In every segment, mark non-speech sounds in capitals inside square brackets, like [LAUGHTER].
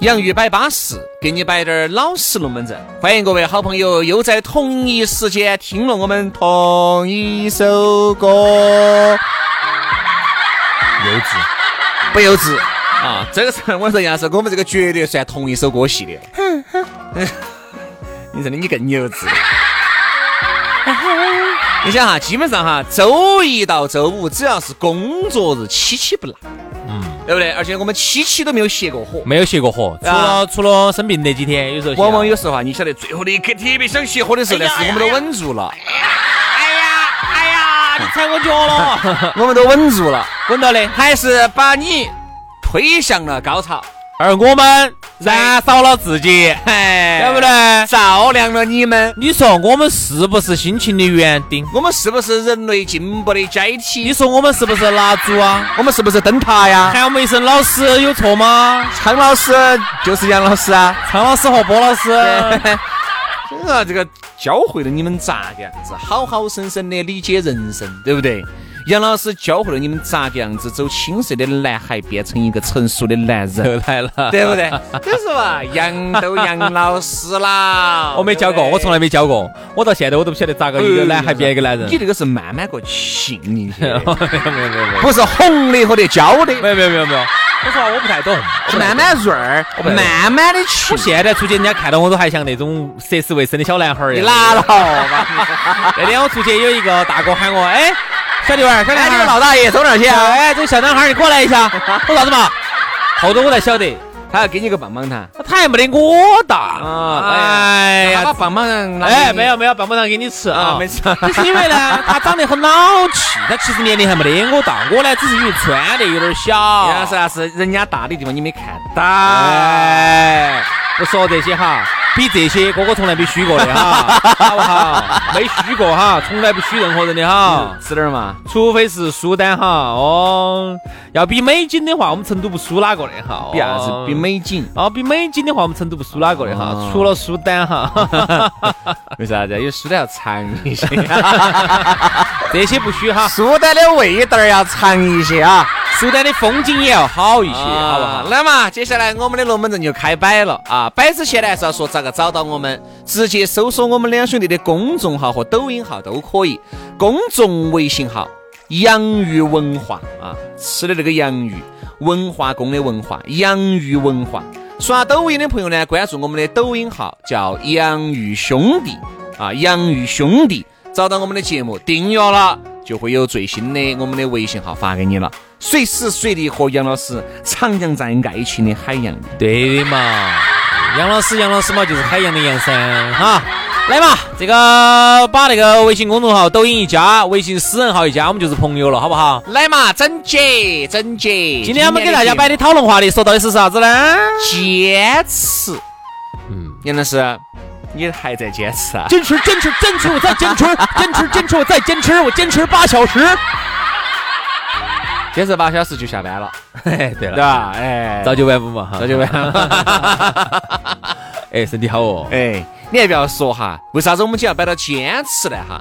洋芋摆巴适，给你摆点儿老实龙门阵。欢迎各位好朋友又在同一时间听了我们同一首歌，幼稚不幼稚啊？这个是我说杨老师，我们这个绝对算同一首歌系列。 [LAUGHS] 你真的你更幼稚。你想哈，基本上哈，周一到周五只要是工作日，七七不落，嗯，对不对？而且我们七七都没有歇过火。没有歇过火，除啊了除了生病那几天，有时候歇啊往往有时候啊，你晓得最后那一刻特别想熄火的时候呢，是我们都稳住了，哎呀哎呀，你踩我脚了，我们都稳住了，闻到的。还是把你推向了高潮，而我们燃烧了自己，哎对不？对？照亮了你们，你说我们是不是辛勤的园丁？我们是不是人类进步的阶你梯？说我们是不是蜡烛啊？我们是不是灯塔呀？喊我们一声老师有错吗？康老师就是杨老师啊。苍老师和波老师， [LAUGHS] 真啊， [LAUGHS] 这个教会了你们咋个样子，好好生生的理解人生，对不对？杨老师教会了你们咋个样子，走青涩的男孩变成一个成熟的男人。 [LAUGHS] 又来了。，对不对？就是嘛，杨都杨老师啦 [LAUGHS] 我没教过，我从来来没教过，我到现在我都不晓得咋个一个男孩变一个男人。你这个是慢慢过训 [LAUGHS] 进去的，没有没有没有不是哄的或者教的，没有没有没有没有，我说话我不太懂，是 [LAUGHS] 慢慢润儿，不慢慢的去 [LAUGHS] 我。现在出去，人家看到我都还像那种涉世未深的小男孩儿一你样。拿了吧，那天我出去，有一个大哥喊我，哎，小弟娃儿，小弟哎，你个娃老儿，大爷走哪儿去啊？ [LAUGHS] 哎，这个小男孩儿，你过来一 [LAUGHS] 下，我啥子嘛？后头我才晓得， [LAUGHS] 他要给你个棒棒糖他还没得我大啊！哎他把呀，棒棒糖拿给你哎，没有没有，棒棒糖给你吃啊啊，，没 [LAUGHS] 事。就是因为 [LAUGHS] 呢，他长得很老气，他其实年龄还没得我大，我呢只是因为穿得有点小。杨老师，那是人家大的地方你没看到，哎，不说这些哈，比这些哥哥从来没虚过的哈， [LAUGHS] 好不好？没虚过哈，从来不虚任何人的哈，哦吃点儿嘛。除非是苏丹哈哦。要比美金的话，我们成都不输哪个的哈。比啥子？比。美景。哦，比美金的话，我们成都不输哪个的哈哦，除了苏丹 [LAUGHS] 哈，为啥子？因为输的要长一 [LAUGHS] 些。这些不虚哈。苏丹的味道儿要长一些啊，苏丹的风景也要好一些，啊好不好？那么接下来我们的龙门阵就开摆了啊！摆之前呢是要说咋个找到我们，直接搜索我们两兄弟的公众号和抖音号都可以，公众微信号“洋芋文化”啊，吃的那个洋芋，文化宫的文化，洋芋文化。刷抖音的朋友呢，关注我们的抖音号叫“洋芋兄弟”啊，“洋芋兄弟”，找到我们的节目订阅了，就会有最新的我们的微信号发给你了。随时随地和杨老师徜徉在爱情的海洋里。对的嘛，杨老师，杨老师嘛，就是海洋的洋噻，哈。来嘛，这个把那个微信公众号、抖音一加，微信私人号一加，我们就是朋友了，好不好？来嘛，整姐，整姐，今天我们给大家摆的的讨论话题，说到的是啥子呢？坚持，嗯，杨老师，你还在坚持啊？坚持，坚持，坚持，我再 [LAUGHS] 坚持，坚持，坚持，我再坚持，我坚持八小时。坚持八小时就下班了，嘿， [LAUGHS] 对对，吧？哎，早九晚五嘛，哈早就完。了。 [LAUGHS] 哎，身体好哦。哎，你还不要说哈，为啥子我们今天要摆到坚持呢哈？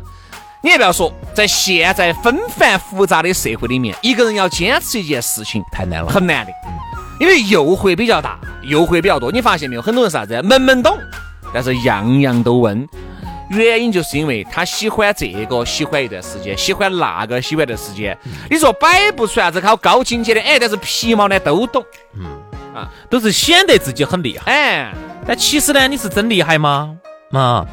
你还不要说，在现在纷繁复杂的社会里面，一个人要坚持一件事情太难了很难的，因为诱惑比较大，诱惑比较多。你发现没有？很多人啥子门门懂，但是样样都问。原因就是因为他喜欢这个，喜欢一段时间，喜欢那个，喜欢一段时间。你说摆不出啥子好高境界的，哎，但是皮毛呢都懂，啊都是显得自己很厉害，哎，但其实呢，你是真厉害吗？啊，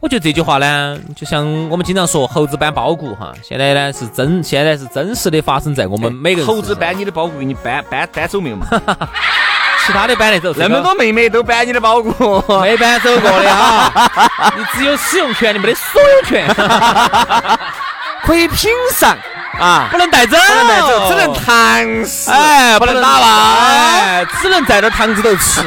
我觉得这句话呢，就像我们经常说猴子搬包谷哈，现在呢是真，现在是真实的发生在我呃们每个人猴子身上搬你的包谷给你搬搬搬走 [LAUGHS] 没有嘛？其他的搬得走，那么多妹妹都搬你的包谷，多没搬走过的 [LAUGHS] 啊，你只有使用权，你没得所有权，可以品尝啊，不能带走，不不能带走，只能堂食，哎，不能打不能蜡，哎，只能在这儿堂子头吃，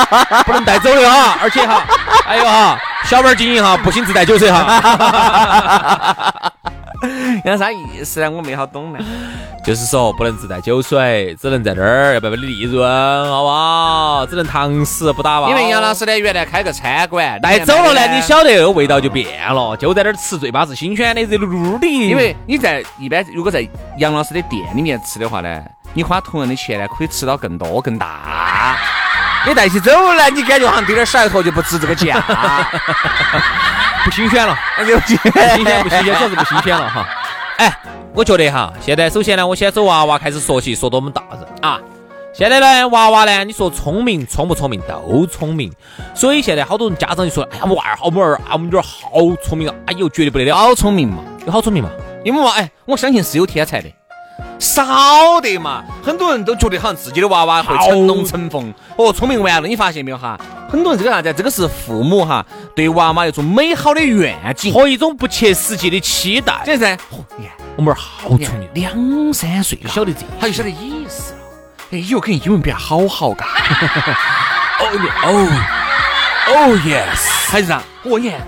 [LAUGHS] 不能带走的哈。而且哈，还有哈，小本儿经营哈，不行自带酒水哈。那哎啥意思啊呢？我没好懂呢。就是说，不能自带酒水，只能在这儿要不要利润，好不好？只能堂食不打蜡。因为杨老师呢，原来开个餐馆，带走了呢，你，晓得味道就变了，就在这儿吃最巴适新鲜的热噜噜的。因为你在一般如果在杨老师的店里面吃的话呢，你花同样的钱呢，可以吃到更多更大。 [LAUGHS] 你带起走了，你感觉好像丢点小一坨就不值这个 [LAUGHS] 价，不新鲜了。那就 [LAUGHS] 不哎新鲜不新鲜，主要是不新鲜了哈。 [LAUGHS] 哎，我觉得哈，现在首先呢，我先走娃娃开始说起，说到我们大人啊。现在呢，娃娃呢，你说聪明聪不聪明都聪明，所以现在好多人家长就说，哎呀，我娃儿好母儿啊，我们女儿好聪明啊，哎呦，绝对不得了，好聪明嘛。有好聪明嘛？你们娃，哎，我相信是有天才的，少得嘛。很多人都觉得好像自己的娃娃会成龙成凤，哦，聪明完了。你发现没有哈？很多人这个啥子？这个是父母哈对娃娃有种美好的愿景。和一种不切实际的期待。这噻，嚯你看，我们儿好你聪明看，，两三岁了，晓得这他就晓得意思了。哎哟，跟英文变好好嘎。 [LAUGHS] Oh 哦 yes，还是啥？啊我你看，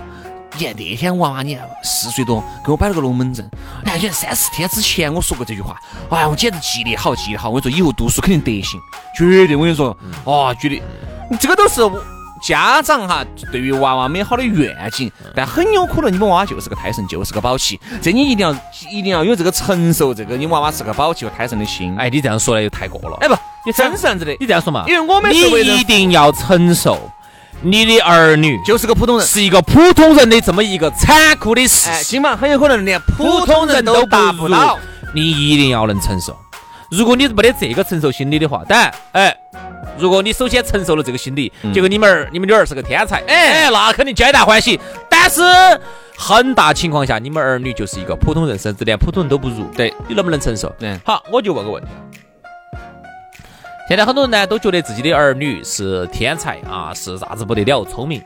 你看那天娃娃，你看四岁多，给我摆了个龙门阵。哎，你看三四天之前我说过这句话，哎呀，我简直记得好，记得好。我跟你说，以后读书肯定得行，绝对。我跟你说，啊，绝对，这个都是我家长哈对于娃娃美好的愿景，但很有可能你们娃娃就是个胎神，就是个宝气。这你一定要一定要有这个承受，这个你娃娃是个宝气和胎神的心。哎哎，你这样说呢又太过了。哎不，你真是这样子的，你这样说嘛？因为我们是为人你一定要承受你的儿女就是个普通人。是一个普通人的这么一个残酷的事哎，实，行吧，很有可能连普普通通人人都都达达不不到到。，你一定要能承受。如果你没得这个承受心理的话，当然，哎，如果你首先承受了这个心理，嗯结果你们儿、你们女儿是个天才，哎，那肯定皆大欢喜。但是很大情况下，你们儿女就是一个普通人，甚至连普通人都不如。对，你能不能承受？嗯好，我就问个问题。啊现在很多人呢都觉得自己的儿女是天才啊，是啥子不得了，聪明。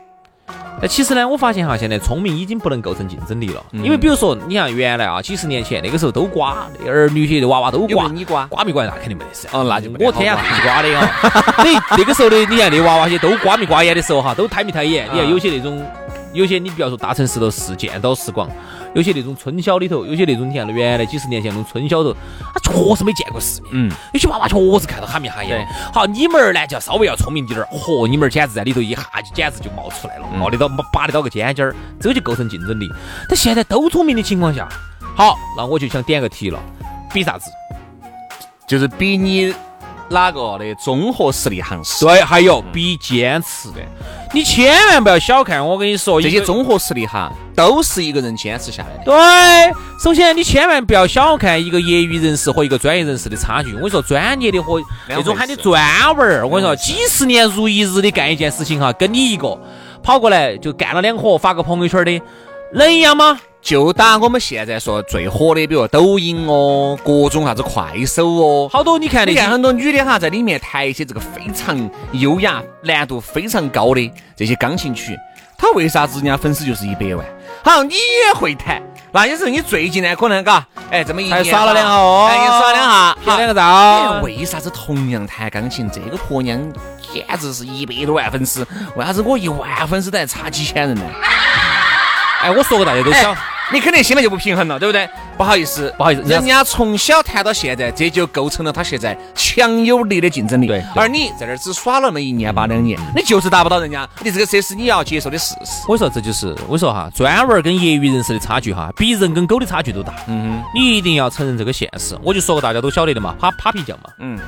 那其实呢，我发现哈，现在聪明已经不能构成竞争力了，嗯因为比如说，你像原来啊，几十年前那个时候都瓜，那儿女些的娃娃都有没瓜有，你瓜？瓜没瓜那肯定没得事。哦那就不得我好天下瓜最瓜的啊！那那个时候的， [LAUGHS] 你看那娃娃些都瓜没瓜眼的时候哈，都抬没抬眼。你啊看有些那种，有些你不要说大城市都是见多识广，有些那种村小里头，有些那种你看原来几十年前那种村小头，他确实没见过世面。嗯，有些娃娃确实看到哈密哈眼。好，你们儿呢就要稍微要聪明点儿，嚯，你们儿简直在里头一下就简直就冒出来了，嗯冒得到拔得到个尖尖儿，这就构成竞争力。但现在都聪明的情况下，好，那我就想点个题了，比啥子？就是比你哪个的综合实力行实。对，还有比坚持的，你千万不要小看我跟你说这一些个综合实力哈，都是一个人坚持下来的。对，首先你千万不要小看一个业余人士和一个专业人士的差距。我跟你说，专业的和那种喊你专文儿，我跟你说，几十年如一日的干一件事情哈，跟你一个跑过来就干了两活，发个朋友圈的，能一样吗？就打我们现在说最火的，比如抖音哦，各种啥子快手哦，好多你看那你看些很多女的哈，在里面弹一些这个非常优雅、难度非常高的这些钢琴曲，她为啥子人家粉丝就是一百万？好，你也会弹，那也是你最近呢，可能嘎，哎，这么一还年耍了两下哦，哎，也耍两下，拍两个哦哎照，为啥子同样弹钢琴，这个婆娘简直是一百多万粉丝，为啥子我一万粉丝都还差几千人呢？哎，我说过大家都晓哎，你肯定心里就不平衡了，对不对？不好意思，不好意思人家人家从小谈到现在，这就构成了他现在强有力的竞争力。对对而你在这儿只耍了那么一年八两年，你就是达不到人家，你这个这是你要接受的事实。我说这就是我说哈，专文儿跟业余人士的差距哈，比人跟狗的差距都大。嗯哼，你一定要承认这个现实。我就说过大家都晓得的嘛，啪啪皮酱嘛。嗯，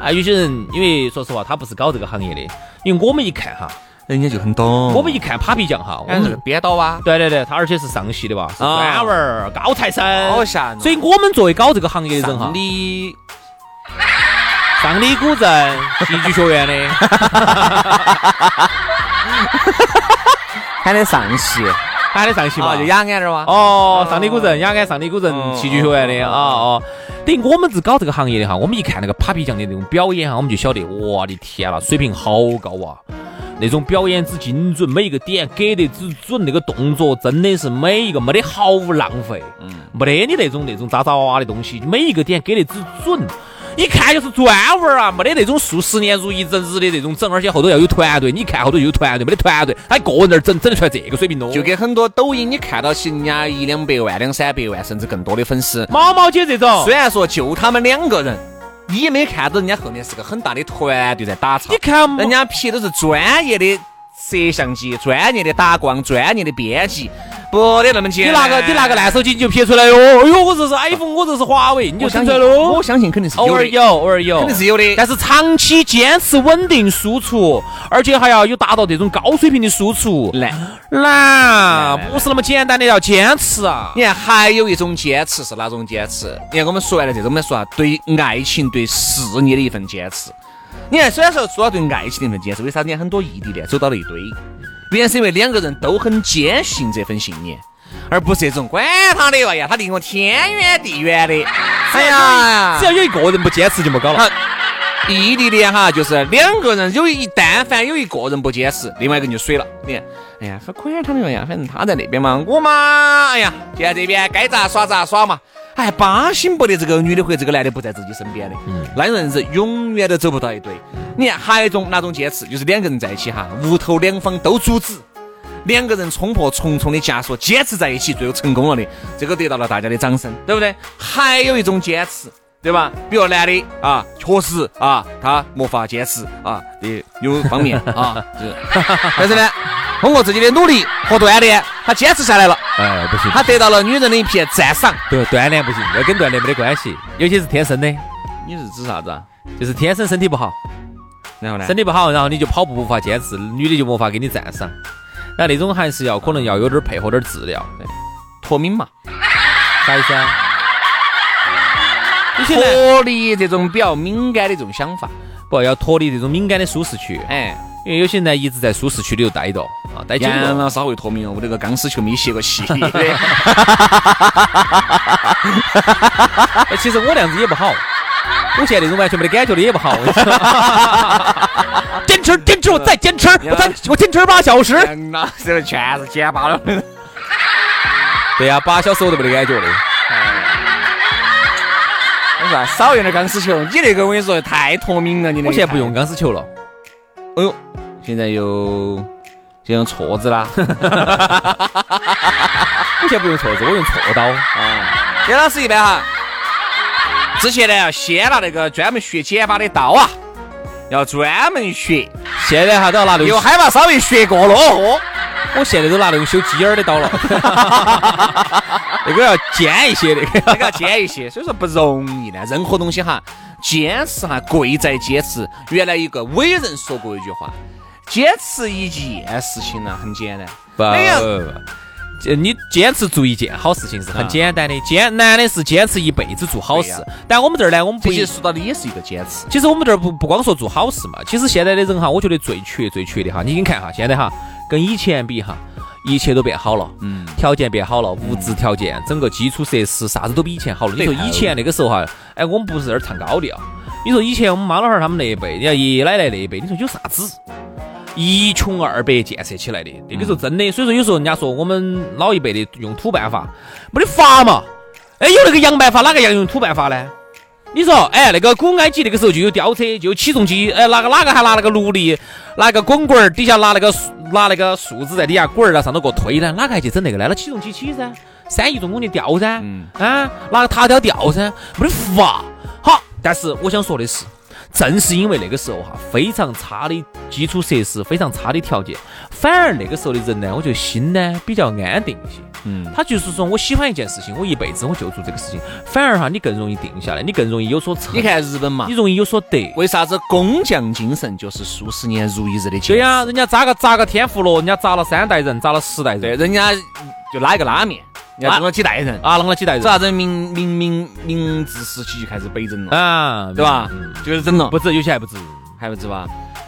啊，有些人因为说实话，他不是搞这个行业的，因为我们一看哈，人家就很懂我们一看啪皮酱哈，我俺这个们编导啊，对对对，他而且是上戏的吧，是啊专文儿高材生，好吓人哦所以我们作为搞这个行业的人哈上，你上理古镇戏剧学院 [LAUGHS] 的，喊的上戏，喊得上去嘛，啊，就雅安点哇。 [LAUGHS] 哦，上里古镇，雅安上里古镇嗯戏剧学院的啊哦，等于我们是搞这个行业的哈，我们一看那个 Papi 酱的那种表演哈，我们就晓得，我的天呐，水平好高啊！那种表演之精准，每一个点给得之准，那个动作真的是每一个没得毫无浪费，嗯，没得你那种那种渣渣哇哇的东西，每一个点给得之准。一看就是专文儿啊，没得那种数十年如一整日的那种整，而且后头要有团队。你看后头有团队，没得团队，他一个人在那儿整，整得出来这个水平咯。就跟很多抖音你看到起人家一两百万、两三百万甚至更多的粉丝，毛毛姐这种，虽然说就他们两个人，你也没看到人家后面是个很大的团队在打造你。看人家皮都是专业的摄像机、专业的打光、专业的编辑，不得那么你简单。拿个你拿个烂手机你就撇出来哟，哎呦，我这是 iPhone，我这是华为，你就我听相出来信，喽我。相信肯定是偶有尔的，有，偶尔有，肯定是有的。但是长期坚持稳定输出，而且还要有达到这种高水平的输出，来，难，不是那么简单的，要坚持啊。 [LAUGHS] 你看还有一种坚持是哪种坚持？你看我们说完了这种，我们说下对爱情、对事业的一份坚持。你看，虽然说说到对爱情的一份坚持，为啥你看很多异地恋走到了一堆？原因是因为两个人都很坚信这份信念，而不是这种管他的哇哎呀，他离我天远地远的。哎呀只，要有一个人不坚持就没搞了。好，异地恋哈，就是两个人有一但凡有一个人不坚持，另外一个人就水了。你看，哎呀，反管他们呀，反正他在那边嘛，我嘛，哎呀，就在这边该咋耍咋耍嘛。哎，巴心不得这个女的或者这个男的不在自己身边的，那人是永远都走不到一堆。你看，还有一种哪种坚持，就是两个人在一起哈，屋头两方都阻止。两个人冲破重重的枷锁，坚持在一起，最后成功了的，这个得到了大家的掌声，对不对？还有一种坚持，对吧？比如男的啊，确实啊，他没法坚持啊的有方面啊，就是 [LAUGHS] 但是呢，通过自己的努力和锻炼，他坚持下来了，哎，不行，他得到了女人的一片赞赏。对锻炼不行，这跟锻炼没得关系，有些是天生的，你是指啥子啊？就是天生身体不好。然后呢身？体不好，然后你就跑步无法坚持，女的就无法给你赞赏。那那种还是要可能要有点儿配合点儿治疗，脱敏嘛，啥意思啊？有些男脱离这种比较敏感的这种想法。不要脱离这种敏感的舒适区，哎，因为有些男一直在舒适区里头待着啊，待久杨了。老师好会脱敏哦，我这个钢丝球迷写过戏。 [LAUGHS] 哎其实我那样子也不好，我现在那种完全没得感觉的也不 [LAUGHS] 好。我跟你说坚持，坚持，我再坚持，我再我坚持八小时。杨老师全是剪巴了。对呀、八小时我都没得感觉的。我说少用点钢丝球，你那个我跟你说太脱敏了，你那个我现在不用钢丝球了，太。哎呦，现在又现在用锉子啦。我现在不用锉子，我用锉刀。杨老师一般哈，之前呢要先拿那个专门学剪法的刀啊，要专门学，现在哈都要拿那又种害怕稍微学过了哦。我现在都拿那种修鸡眼儿的刀 [LAUGHS] 了，那个要尖一些那个。这个要坚一些，所以说不容易呢。任何东西哈，坚持哈，贵在坚持。原来一个伟人说过一句话：坚持一件事情呢、很简单，不没有不不，这呃你坚持做一件好事情是很啊简单的，坚难的是坚持一辈子做好事对呀。但我们这儿呢，我们不这一些说到的也是一个坚持。其实我们这儿不不光说做好事嘛，其实现在的人哈，我觉得最缺最缺的哈，你你看哈，现在哈跟以前比哈，一切都变好了，嗯，条件变好了，物质条件，整个基础设施啥子都比以前好了。你对说以前那个时候哈，哎，我们不是在这儿唱高调，你说以前我们妈老汉儿他们那一辈，你看爷爷奶奶那一辈，你说有啥子？一穷二白建设起来的，那个时候真的，所以说有时候人家说我们老一辈的用土办法，没得法嘛。哎，有那个洋办法，哪个洋用土办法呢？你说，哎，那个古埃及那个时候就有吊车，就有起重机，哎，哪个哪个还拿那个芦苇，拿个滚棍儿，底下拿那个树拿那个树枝在底下滚儿，啊然后上头给我推呢，哪个还去整那个呢？拿起重机起噻，三一重工的吊噻，啊，拿个塔吊吊噻，没得法。好，但是我想说的是，正是因为那个时候哈，非常差的基础设施，非常差的条件，反而那个时候的人呢，我觉得心呢比较安定一些。嗯，他就是说我喜欢一件事情，我一辈子我就做这个事情，反而哈你更容易定下来，你更容易有所成，你，看啊日本嘛你，容易有所得。为啥子工匠精神就是数十年如一日的坚持？对呀、人家扎个扎个天妇罗，人家扎了三代人，扎了十代对，人，人家就拉一个拉面，人家拉整了几代人，啊，弄了几代是人，啥子明明明明治时期就开始北整了，啊，对吧嗯？就是整了，不止，有些还不止，还不止吧？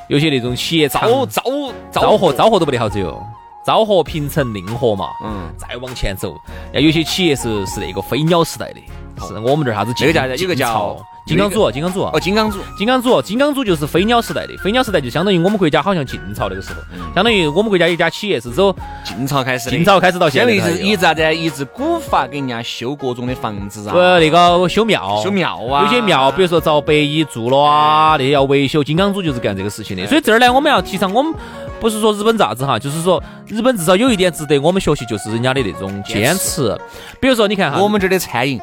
有些那种企业昭招昭招昭和，招和都不得好只有，昭和、平成、令和嘛，嗯，再往前走，那有些企业是是那个飞鸟时代的，是我们这儿啥子那个叫啥子金有个叫朝金刚有组，金刚组啊哦，，金刚组，金刚组，金刚组就是飞鸟时代的，飞鸟时代就相当于我们国家好像晋朝那个时嗯候，相当于我们国家有一家企业是走晋朝开始的，晋朝开始到现相当在于的是一以啥子？以是古法给人家修各种的房子啊，呃那个修庙，修庙啊，有些庙，比如说遭白蚁蛀了啊，那些要维修。金刚组就是干这个事情的。所以这儿呢，我们要提倡，我们不是说日本咋子哈，就是说日本至少有一点值得我们学习，就是人家的那种坚坚持。比如说，你看哈，我们这儿的餐饮，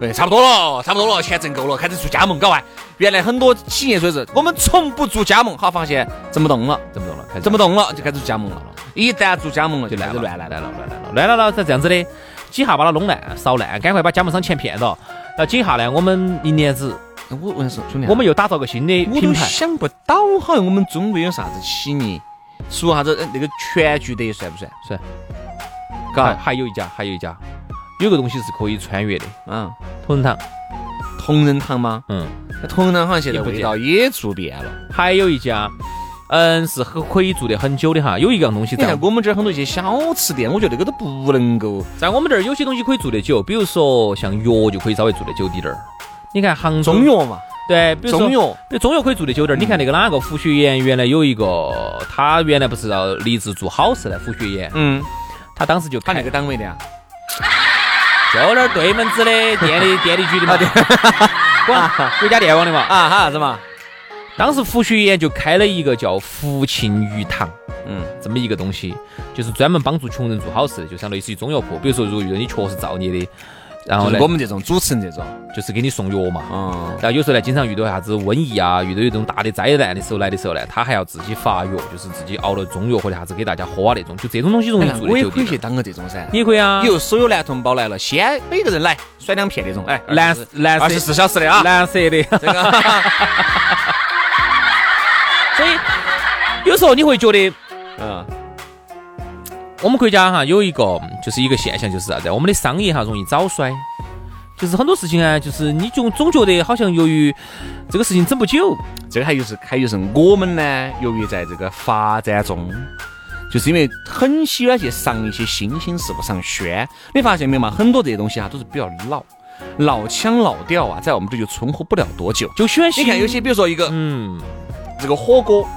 哎，差不多了，差不多了，钱挣够了，开始做加盟，搞完。原来很多企业说是我们从不做加盟，好，发现挣不动了，怎么弄了？开始挣不动了就开始做加盟了。一旦做加盟了，就就乱乱了乱来乱了。了乱了乱了了，是这样子的，几下把它弄烂、烧烂，赶快把加盟商钱骗到。那几下呢，我们一年子我我跟你说，兄弟啊，我们又打造个新的我品都牌。想不到，好像我们中国有啥子企业，说啥子呃那个全聚德算不算？算，还嘎，还有一家，还有一家，有个东西是可以穿越的，嗯，同仁堂。同仁堂吗？嗯。那同仁堂好像现在也不见味道也做变了。还有一家，嗯，是很可以做得很久的哈。有一样东西你在看我们这儿很多一些小吃店，我觉得那个都不能够。在我们这儿，有些东西可以做得久，比如说像药就可以稍微做得久滴点儿。你看杭州中药嘛，对，比如说中药。对中药可以做得久点儿。你看那个哪个胡雪岩原来有一个，他原来不是要立志做好事的胡雪岩，嗯，他当时就他开那个单位的啊，就那儿对门子的 [LAUGHS] 电力电力局的嘛， [LAUGHS] 管国家电网的嘛。啊哈啥子嘛？当时胡雪岩就开了一个叫福庆鱼塘。嗯，这么一个东西，就是专门帮助穷人做好事的，就相类似于中药铺。比如说，如果遇到你确实造孽的，然后就呢是，我们这种主持人这种，就是给你送药嘛。嗯，然后有时候呢，经常遇到啥子瘟疫啊，遇到一种大的灾难的时候来的时候呢，他还要自己发药，就是自己熬了中药或者啥子给大家喝啊那种，就这种东西容易做哎我的也久可以点去儿。当个这种噻。你也可以啊以，后所有男同胞来了，先每个人来甩两片那种，哎，蓝蓝二十色四小时的啊，蓝色的， [LAUGHS] 这个 [LAUGHS] 所以有时候你会觉得。嗯，我们国家哈有一个就是一个现象，就是啥子？我们的商业哈容易早衰，就是很多事情啊，就是你就总觉得好像由于这个事情整不久，这个还有是还有是我们呢，由于在这个发展中。就是因为很喜欢去上一些新兴事物，上宣，你发现没有嘛？很多这些东西啊，都是比较老、老腔老调啊，在我们这就存活不了多久。就喜欢你看有些，比如说一个嗯，这个火锅，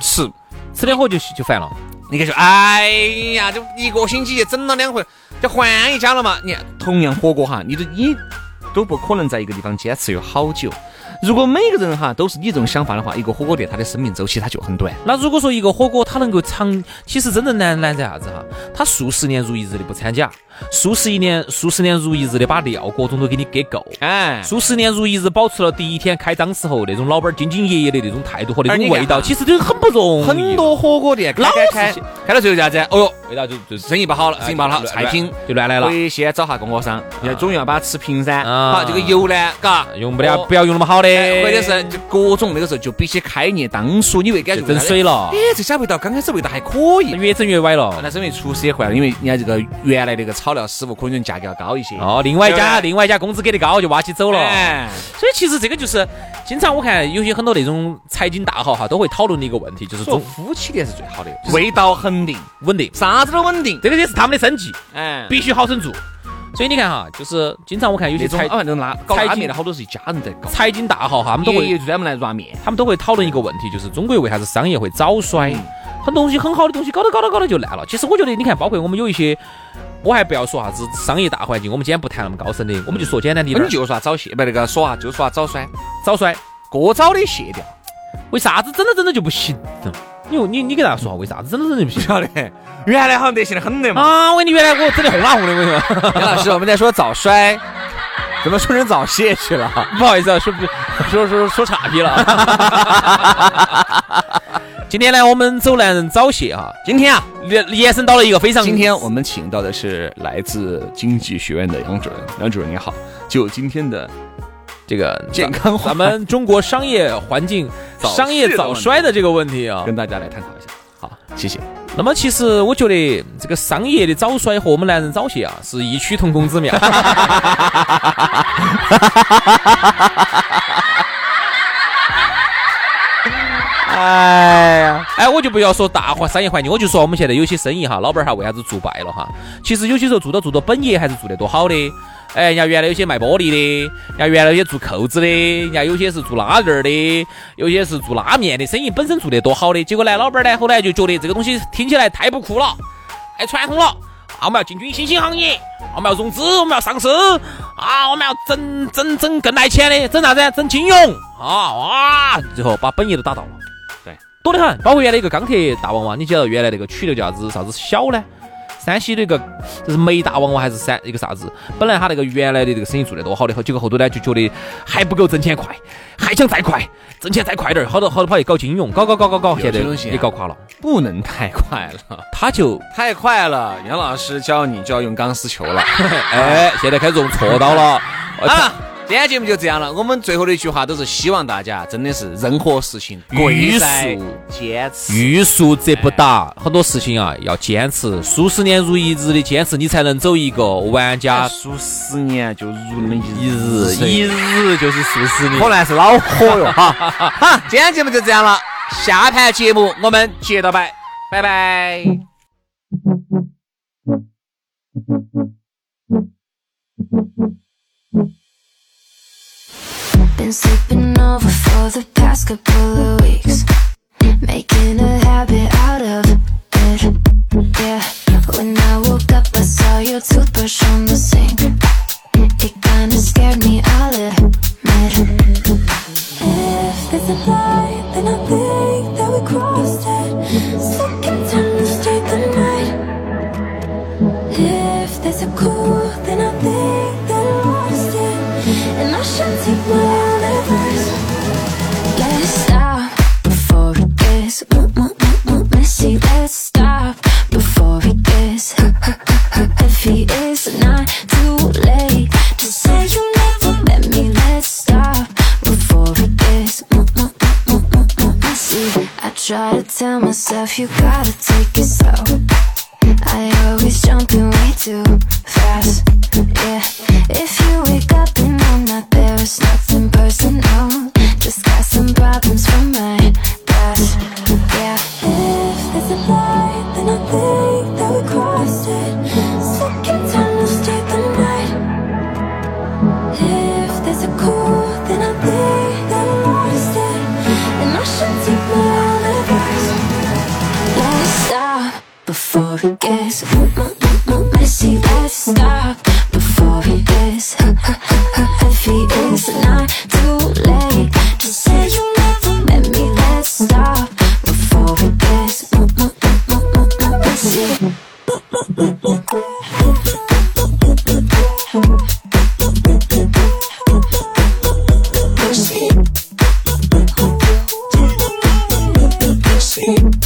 吃吃点火就就烦了。你看说，哎呀，就一个星期就整了两回，就换一家了嘛。你看，同样火锅哈，你都你都不可能在一个地方坚持有好久。如果每个人哈都是你这种想法的话，一个火锅店它的生命周期它就很短。那如果说一个火锅它能够长，其实真正难难在啥子哈？它数十年如一日的不掺假，数十一年数十年如一日的把料各种都给你给够。哎，数十年如一日保持了第一天开张时候那种老板兢兢业业的那种态度和那而种你看味道，哈其实都很不容易。很多火锅店开开老开是去开到最后啥子？哦哟，味道就就生意不好了，生意不好哎了，菜品哎就乱来了。会先找下供货商，要总要把它吃平噻。啊好，这个油呢，嘎，用不了，哦不要用那么好的，哎或者是就各种那个时候就比起开业当初，你会感就觉整水了哎，，这家味道刚开始味道还可以，越整越歪了。那是因为厨师也换了，因为人家这个原来那个草料师傅可能价格要高一些。哦，另外一家，对另外一家工资给的高就挖起走了。哎，所以其实这个就是，经常我看有些很多那种财经大号哈，都会讨论的一个问题，就是做中夫妻店是最好的，味道恒定，稳定，啥子都稳定。这个也是他们的生计，哎，必须好生做。所以你看哈，就是经常我看有些那种财啊，那种拉搞财拉经面的好多是一家人在搞，财经大号哈，他们都爷会爷专门来拉面。他们都会讨论一个问题，就是中国为啥子商业会早衰？很多东西很好的东西，搞着搞着搞着就烂了。其实我觉得，你看，包括我们有一些，我还不要说啥子商业大环境，我们今天不谈那么高深的，我们就说简单的一点你儿，就说啊早蟹，不那个说啊，就说啊早衰，早衰。过早的卸掉，为啥子真的真的就不行？你用你你给大家说下，为啥子真的真的不 [LAUGHS] 行？晓得？原来好像得行的很的嘛。啊！我跟你原来我整的红啦红的，我 [LAUGHS] 跟你说，杨老师，我们在说早衰，怎么说成早泄去了？不好意思啊，说不说说说岔劈了。 [LAUGHS] 今天呢，我们走男人早泄哈，今天啊，延延伸到了一个非常今天我们请到的是来自经济学院的杨主任，杨主任你好，就今天的这个健康话 [LAUGHS] 咱们中国商业环境、早逝商业早衰的这个问题啊。跟大家来探讨一下。好，谢谢。那么，其实我觉得这个商业的早衰和我们男人早泄啊是异曲同工之妙。哎呀，哎，我就不要说大环商业环境，我就说我们现在有些生意哈，老板儿哈为啥子做败了哈？其实有些时候做到做到本业还是做得多好的。哎，人家原来有些卖玻璃的，人家原来有些做扣子的，人家有些是做拉链儿的，有些是做拉面的，生意本身做得多好的，结果呢，老板儿呢后来就觉得这个东西听起来太不酷了，太哎传统了。啊，我们要进军新兴行业，我们要融资，我们要上市，啊，我们要整整整更来钱的，整啥子？整金融啊哇！最后把本业都打到了，对，多得很。包括原来一个钢铁大王娃，啊你晓得原来那个曲的叫啥子啥子小呢？山西的一个就是煤大王娃啊还是山一个啥子？本来他那个原来的这个生意做得多好的，后结果后头呢就觉得还不够挣钱快，还想再快，挣钱再快点儿，好多好多跑去搞金融，搞搞搞搞搞，有现在些东西啊也搞垮了，不能太快了，他就太快了，杨老师教你就要用钢丝球 [LAUGHS] 了。哎，现在开始用锉刀了。好了，今天节目就这样了。我们最后的一句话都是希望大家真的是任何事情欲贵在速坚持。欲速则不达，很多事情啊要坚持，数十年如一日的坚持，你才能走一个玩家数十年就如那么一一日，水一日就是数十年可。能是恼火哟 [LAUGHS] 哈。好，今天节目就这样了，下盘节目我们接着摆，拜拜。 Been sleeping over for the past couple of weeks. Making a habit out of it. Yeah. When I woke up, I saw your toothbrush on the sink. It kinda scared me, I'll admit. If it's a lie, then I think that we crossed it. So continue to stay the night. If there's a clue, then I think that I lost it. And I should take my own advice. Let's stop before it Mm, gets m- m- m- m- messy. Let's stop before it gets heavy. It's not too late to say you never let me. Let's stop before it Mm, gets m- m- m- m- m- messy. mm, I try to tell myself you gotta take it slow. I always jump in way too fast. Yeah, if you wake up and I'm not there, it's nothing personal. Just got some problems from my past. Yeah, If there's a lie, then I think that we crossed it. So continue to stay the night. If there's a clue, then I think that I lost it. And I should take my own advice. let's stop before it gets uh, m- m- m- m- messy. Let's stop before it gets uh, heavy. It's not too late to say you never met me. Let's stop before it gets uh, m- m- m- m- m- messy. Push it. Push it.